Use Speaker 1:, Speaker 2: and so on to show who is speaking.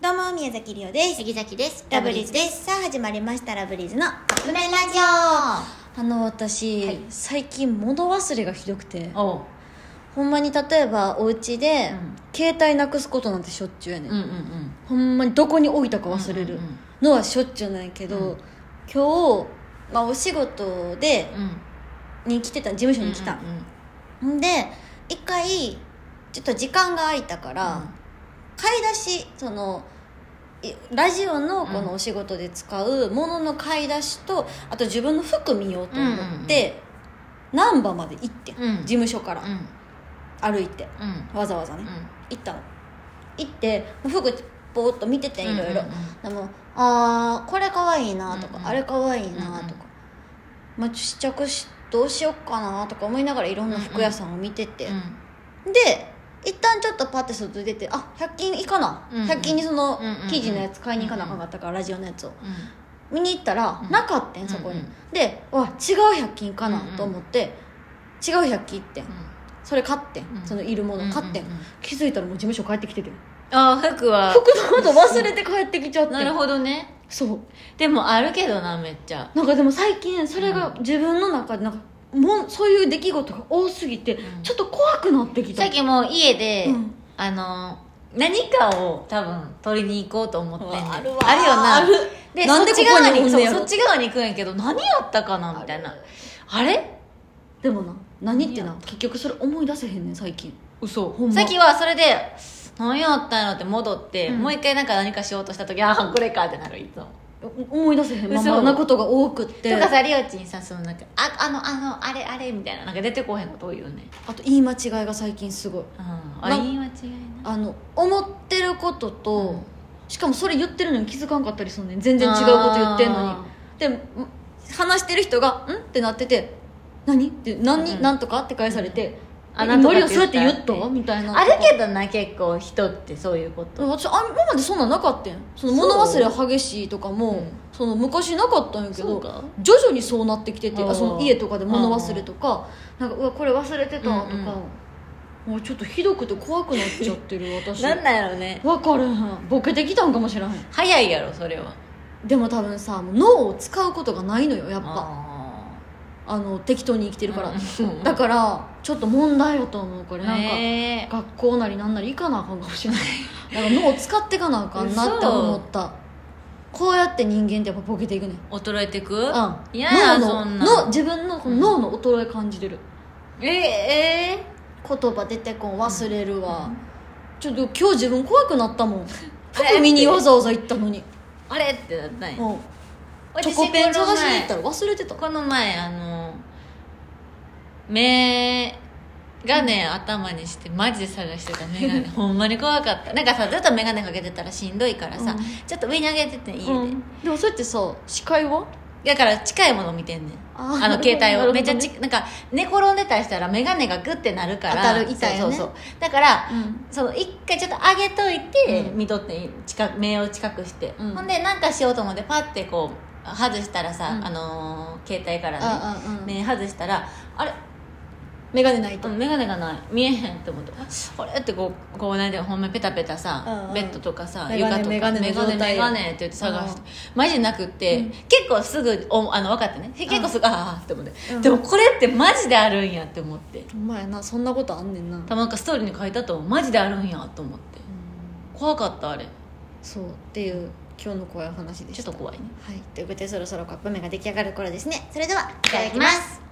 Speaker 1: どうも宮崎りおです
Speaker 2: 杉崎です
Speaker 1: ラブリーズですさあ始まりましたラブリーズのあ
Speaker 2: カップ麺ラジオ
Speaker 1: の私、
Speaker 2: はい
Speaker 1: 最近物忘れがひどくて
Speaker 2: おう
Speaker 1: ほんまに例えばお家で、
Speaker 2: うん
Speaker 1: 携帯なくすことなんてしょっちゅうやね、
Speaker 2: うんうんうん
Speaker 1: ほんまにどこに置いたか忘れ
Speaker 2: う
Speaker 1: る
Speaker 2: んうん
Speaker 1: のはしょっちゅうなんやけど、
Speaker 2: うん
Speaker 1: 今日、まあ、お仕事で
Speaker 2: うん
Speaker 1: に来てた事務所
Speaker 2: うん
Speaker 1: に来た、
Speaker 2: うん
Speaker 1: んで一回ちょっと時間が空いたから、
Speaker 2: うん
Speaker 1: 買い出しそのいラジオのこ
Speaker 2: う
Speaker 1: の
Speaker 2: ん
Speaker 1: お仕事で使うものの買い出しとあと自分の服見ようと思って、難波まで行ってん、
Speaker 2: うん
Speaker 1: 事務所から
Speaker 2: うんうん
Speaker 1: 歩いて
Speaker 2: うん
Speaker 1: わざわざね、
Speaker 2: うん
Speaker 1: 行ったの行って服ぼーっと見ててんいろいろ、
Speaker 2: うんうん
Speaker 1: でもあーこれかわいいなとか、
Speaker 2: うんうん
Speaker 1: あれかわいいなとか、
Speaker 2: うんうん
Speaker 1: まあ、試着しどうしようかなとか思いながらいろんな服屋さんを見てて、で一旦ちょっとパッて外出てあ100均行かな、
Speaker 2: うんうん
Speaker 1: 100均にその
Speaker 2: うんうんうん
Speaker 1: 生地のやつ買いに行かなあかんかったから、ラジオのやつを
Speaker 2: うん
Speaker 1: 見に行ったら、
Speaker 2: うん
Speaker 1: なかったんそこに、
Speaker 2: うんうん
Speaker 1: でわ違う100均かなと思って、違う100均行ってんそれ買ってん、
Speaker 2: うん
Speaker 1: そのいるもの買ってん、
Speaker 2: うんうんうん
Speaker 1: 気づいたらもう事務所帰ってきてて
Speaker 2: ああ服は
Speaker 1: 服のこと忘れて帰ってきちゃって
Speaker 2: なるほどね
Speaker 1: そう
Speaker 2: でもあるけどなめっちゃ
Speaker 1: なんかでも最近それが自分の中でなんかもうそういう出来事が多すぎて、
Speaker 2: ん
Speaker 1: ちょっと怖くなってきた
Speaker 2: さっきもう家で
Speaker 1: うん
Speaker 2: あの何かを多分取りに行こうと思ってんねん
Speaker 1: うわあるわ
Speaker 2: あるよな
Speaker 1: ある
Speaker 2: で
Speaker 1: なんで
Speaker 2: そ
Speaker 1: こ
Speaker 2: っち
Speaker 1: こ
Speaker 2: 側
Speaker 1: にお
Speaker 2: に
Speaker 1: んねや
Speaker 2: そう
Speaker 1: ろ
Speaker 2: そっち側に行くんやけど何やったかなみたいなあれ
Speaker 1: でもな何ってな結局それ思い出せへんねん最近
Speaker 2: 嘘
Speaker 1: ほんま
Speaker 2: さっきはそれで何やったんやろって戻って、
Speaker 1: うん
Speaker 2: もう一回なんか何かしようとした時ああこれかってなるいつも
Speaker 1: 思い出せへんま
Speaker 2: 嘘
Speaker 1: まなことが多くっ
Speaker 2: と
Speaker 1: て
Speaker 2: かさりおちんさそのなんかああのあのあれあれみたいななんか出てこへんこと多いよね
Speaker 1: あと言い間違いが最近すごい
Speaker 2: うん
Speaker 1: な
Speaker 2: あ言い間違いな
Speaker 1: あの思ってることと、
Speaker 2: うん
Speaker 1: しかもそれ言ってるのに気づかんかったりするねん全然違うこと言ってんのにでん話してる人が「ん?」ってなってて「何?」って「何
Speaker 2: うん
Speaker 1: なんとか?」って返されて「
Speaker 2: あ
Speaker 1: え
Speaker 2: なんとか
Speaker 1: 森
Speaker 2: っ
Speaker 1: を
Speaker 2: て
Speaker 1: そうやって
Speaker 2: 言
Speaker 1: 言
Speaker 2: っ
Speaker 1: ったた?」みたいな
Speaker 2: あるけどな結構人ってそういうこと
Speaker 1: 私あ今までそんなんなかったんその
Speaker 2: そう
Speaker 1: 物忘れ激しいとかも、
Speaker 2: うん
Speaker 1: その昔なかったんやけ
Speaker 2: そ
Speaker 1: ど
Speaker 2: うか
Speaker 1: 徐々にそうなってきてて
Speaker 2: あー
Speaker 1: あその家とかで物忘れとかなんかうわこれ忘れてたとか、
Speaker 2: うんうん
Speaker 1: もうちょっとひどくて怖くなっちゃって る私
Speaker 2: なんなんやろね
Speaker 1: 分からへんボケてきたんかもしれへん
Speaker 2: 早いやろそれは
Speaker 1: でも多分さもう脳を使うことがないのよやっぱ
Speaker 2: あ
Speaker 1: あの適当に生きて
Speaker 2: ー
Speaker 1: るから、
Speaker 2: うん
Speaker 1: だからちょっと問題やと思うこれなんか、
Speaker 2: えー
Speaker 1: 学校なりなんなり行かなあかんかも しれないなんか脳使ってかなあかんなって思ったこうやって人間ってやっぱボケていくねん
Speaker 2: 衰えてくうん
Speaker 1: うん
Speaker 2: 嫌や
Speaker 1: 脳の
Speaker 2: そんな
Speaker 1: 脳自分のこの脳の衰え感じてる、
Speaker 2: ええ
Speaker 1: 言葉出てこん忘れるわ、ちょっと今日自分怖くなった もん服見にわざわざ行ったのに、
Speaker 2: ー、あれってなったんや
Speaker 1: うんチ
Speaker 2: 私
Speaker 1: ョコペン探しに行った
Speaker 2: こ
Speaker 1: ら忘れてた
Speaker 2: の前この前あの目がね、頭にしてマジで探してた 眼鏡ほんまに怖かったなんかさずっと眼鏡かけてたらしんどいからさ、
Speaker 1: うん
Speaker 2: ちょっと上に上げてて家で、
Speaker 1: うんでもそうやってさ視界は
Speaker 2: だから近いもの見てんねん
Speaker 1: あ
Speaker 2: あ
Speaker 1: ー
Speaker 2: の携
Speaker 1: なるほ
Speaker 2: 帯
Speaker 1: ど
Speaker 2: を
Speaker 1: ね
Speaker 2: めっちゃち、なんか寝転んでたりしたら眼鏡がグッてなるから
Speaker 1: 当たる痛いよね
Speaker 2: そうそうそうだから、
Speaker 1: うん
Speaker 2: その一回ちょっと上げといて、
Speaker 1: うん
Speaker 2: 見とって近く目を近くして、
Speaker 1: うん
Speaker 2: ほんでなんかしようと思ってパッてこう外したらさ、
Speaker 1: うん
Speaker 2: あのー携帯からね
Speaker 1: うんうんうん
Speaker 2: 目外したらあれ
Speaker 1: 眼鏡ないと、
Speaker 2: 眼鏡がない見えへんって思ってあれってこうこうなんてほんまペタペタさ、
Speaker 1: うんうん
Speaker 2: ベッドとかさ
Speaker 1: 眼
Speaker 2: 床
Speaker 1: 鏡
Speaker 2: とか
Speaker 1: 眼鏡の状態
Speaker 2: 眼鏡眼鏡って言って探して、
Speaker 1: う
Speaker 2: マジなくって、
Speaker 1: うん
Speaker 2: 結構すぐおあの分かってね結構すぐ、ああって思って、
Speaker 1: うん
Speaker 2: でもこれってマジであるんやって思って
Speaker 1: お前なそんなことあんねんな
Speaker 2: たまなんかストーリーに書いたとマジであるんやと思って怖かったあれ
Speaker 1: そうっていう今日の怖い話で
Speaker 2: ち
Speaker 1: し
Speaker 2: ょ
Speaker 1: た
Speaker 2: っと怖いね
Speaker 1: はいということでそろそろカップ麺が出来上がる頃ですねそれではい
Speaker 2: ただきます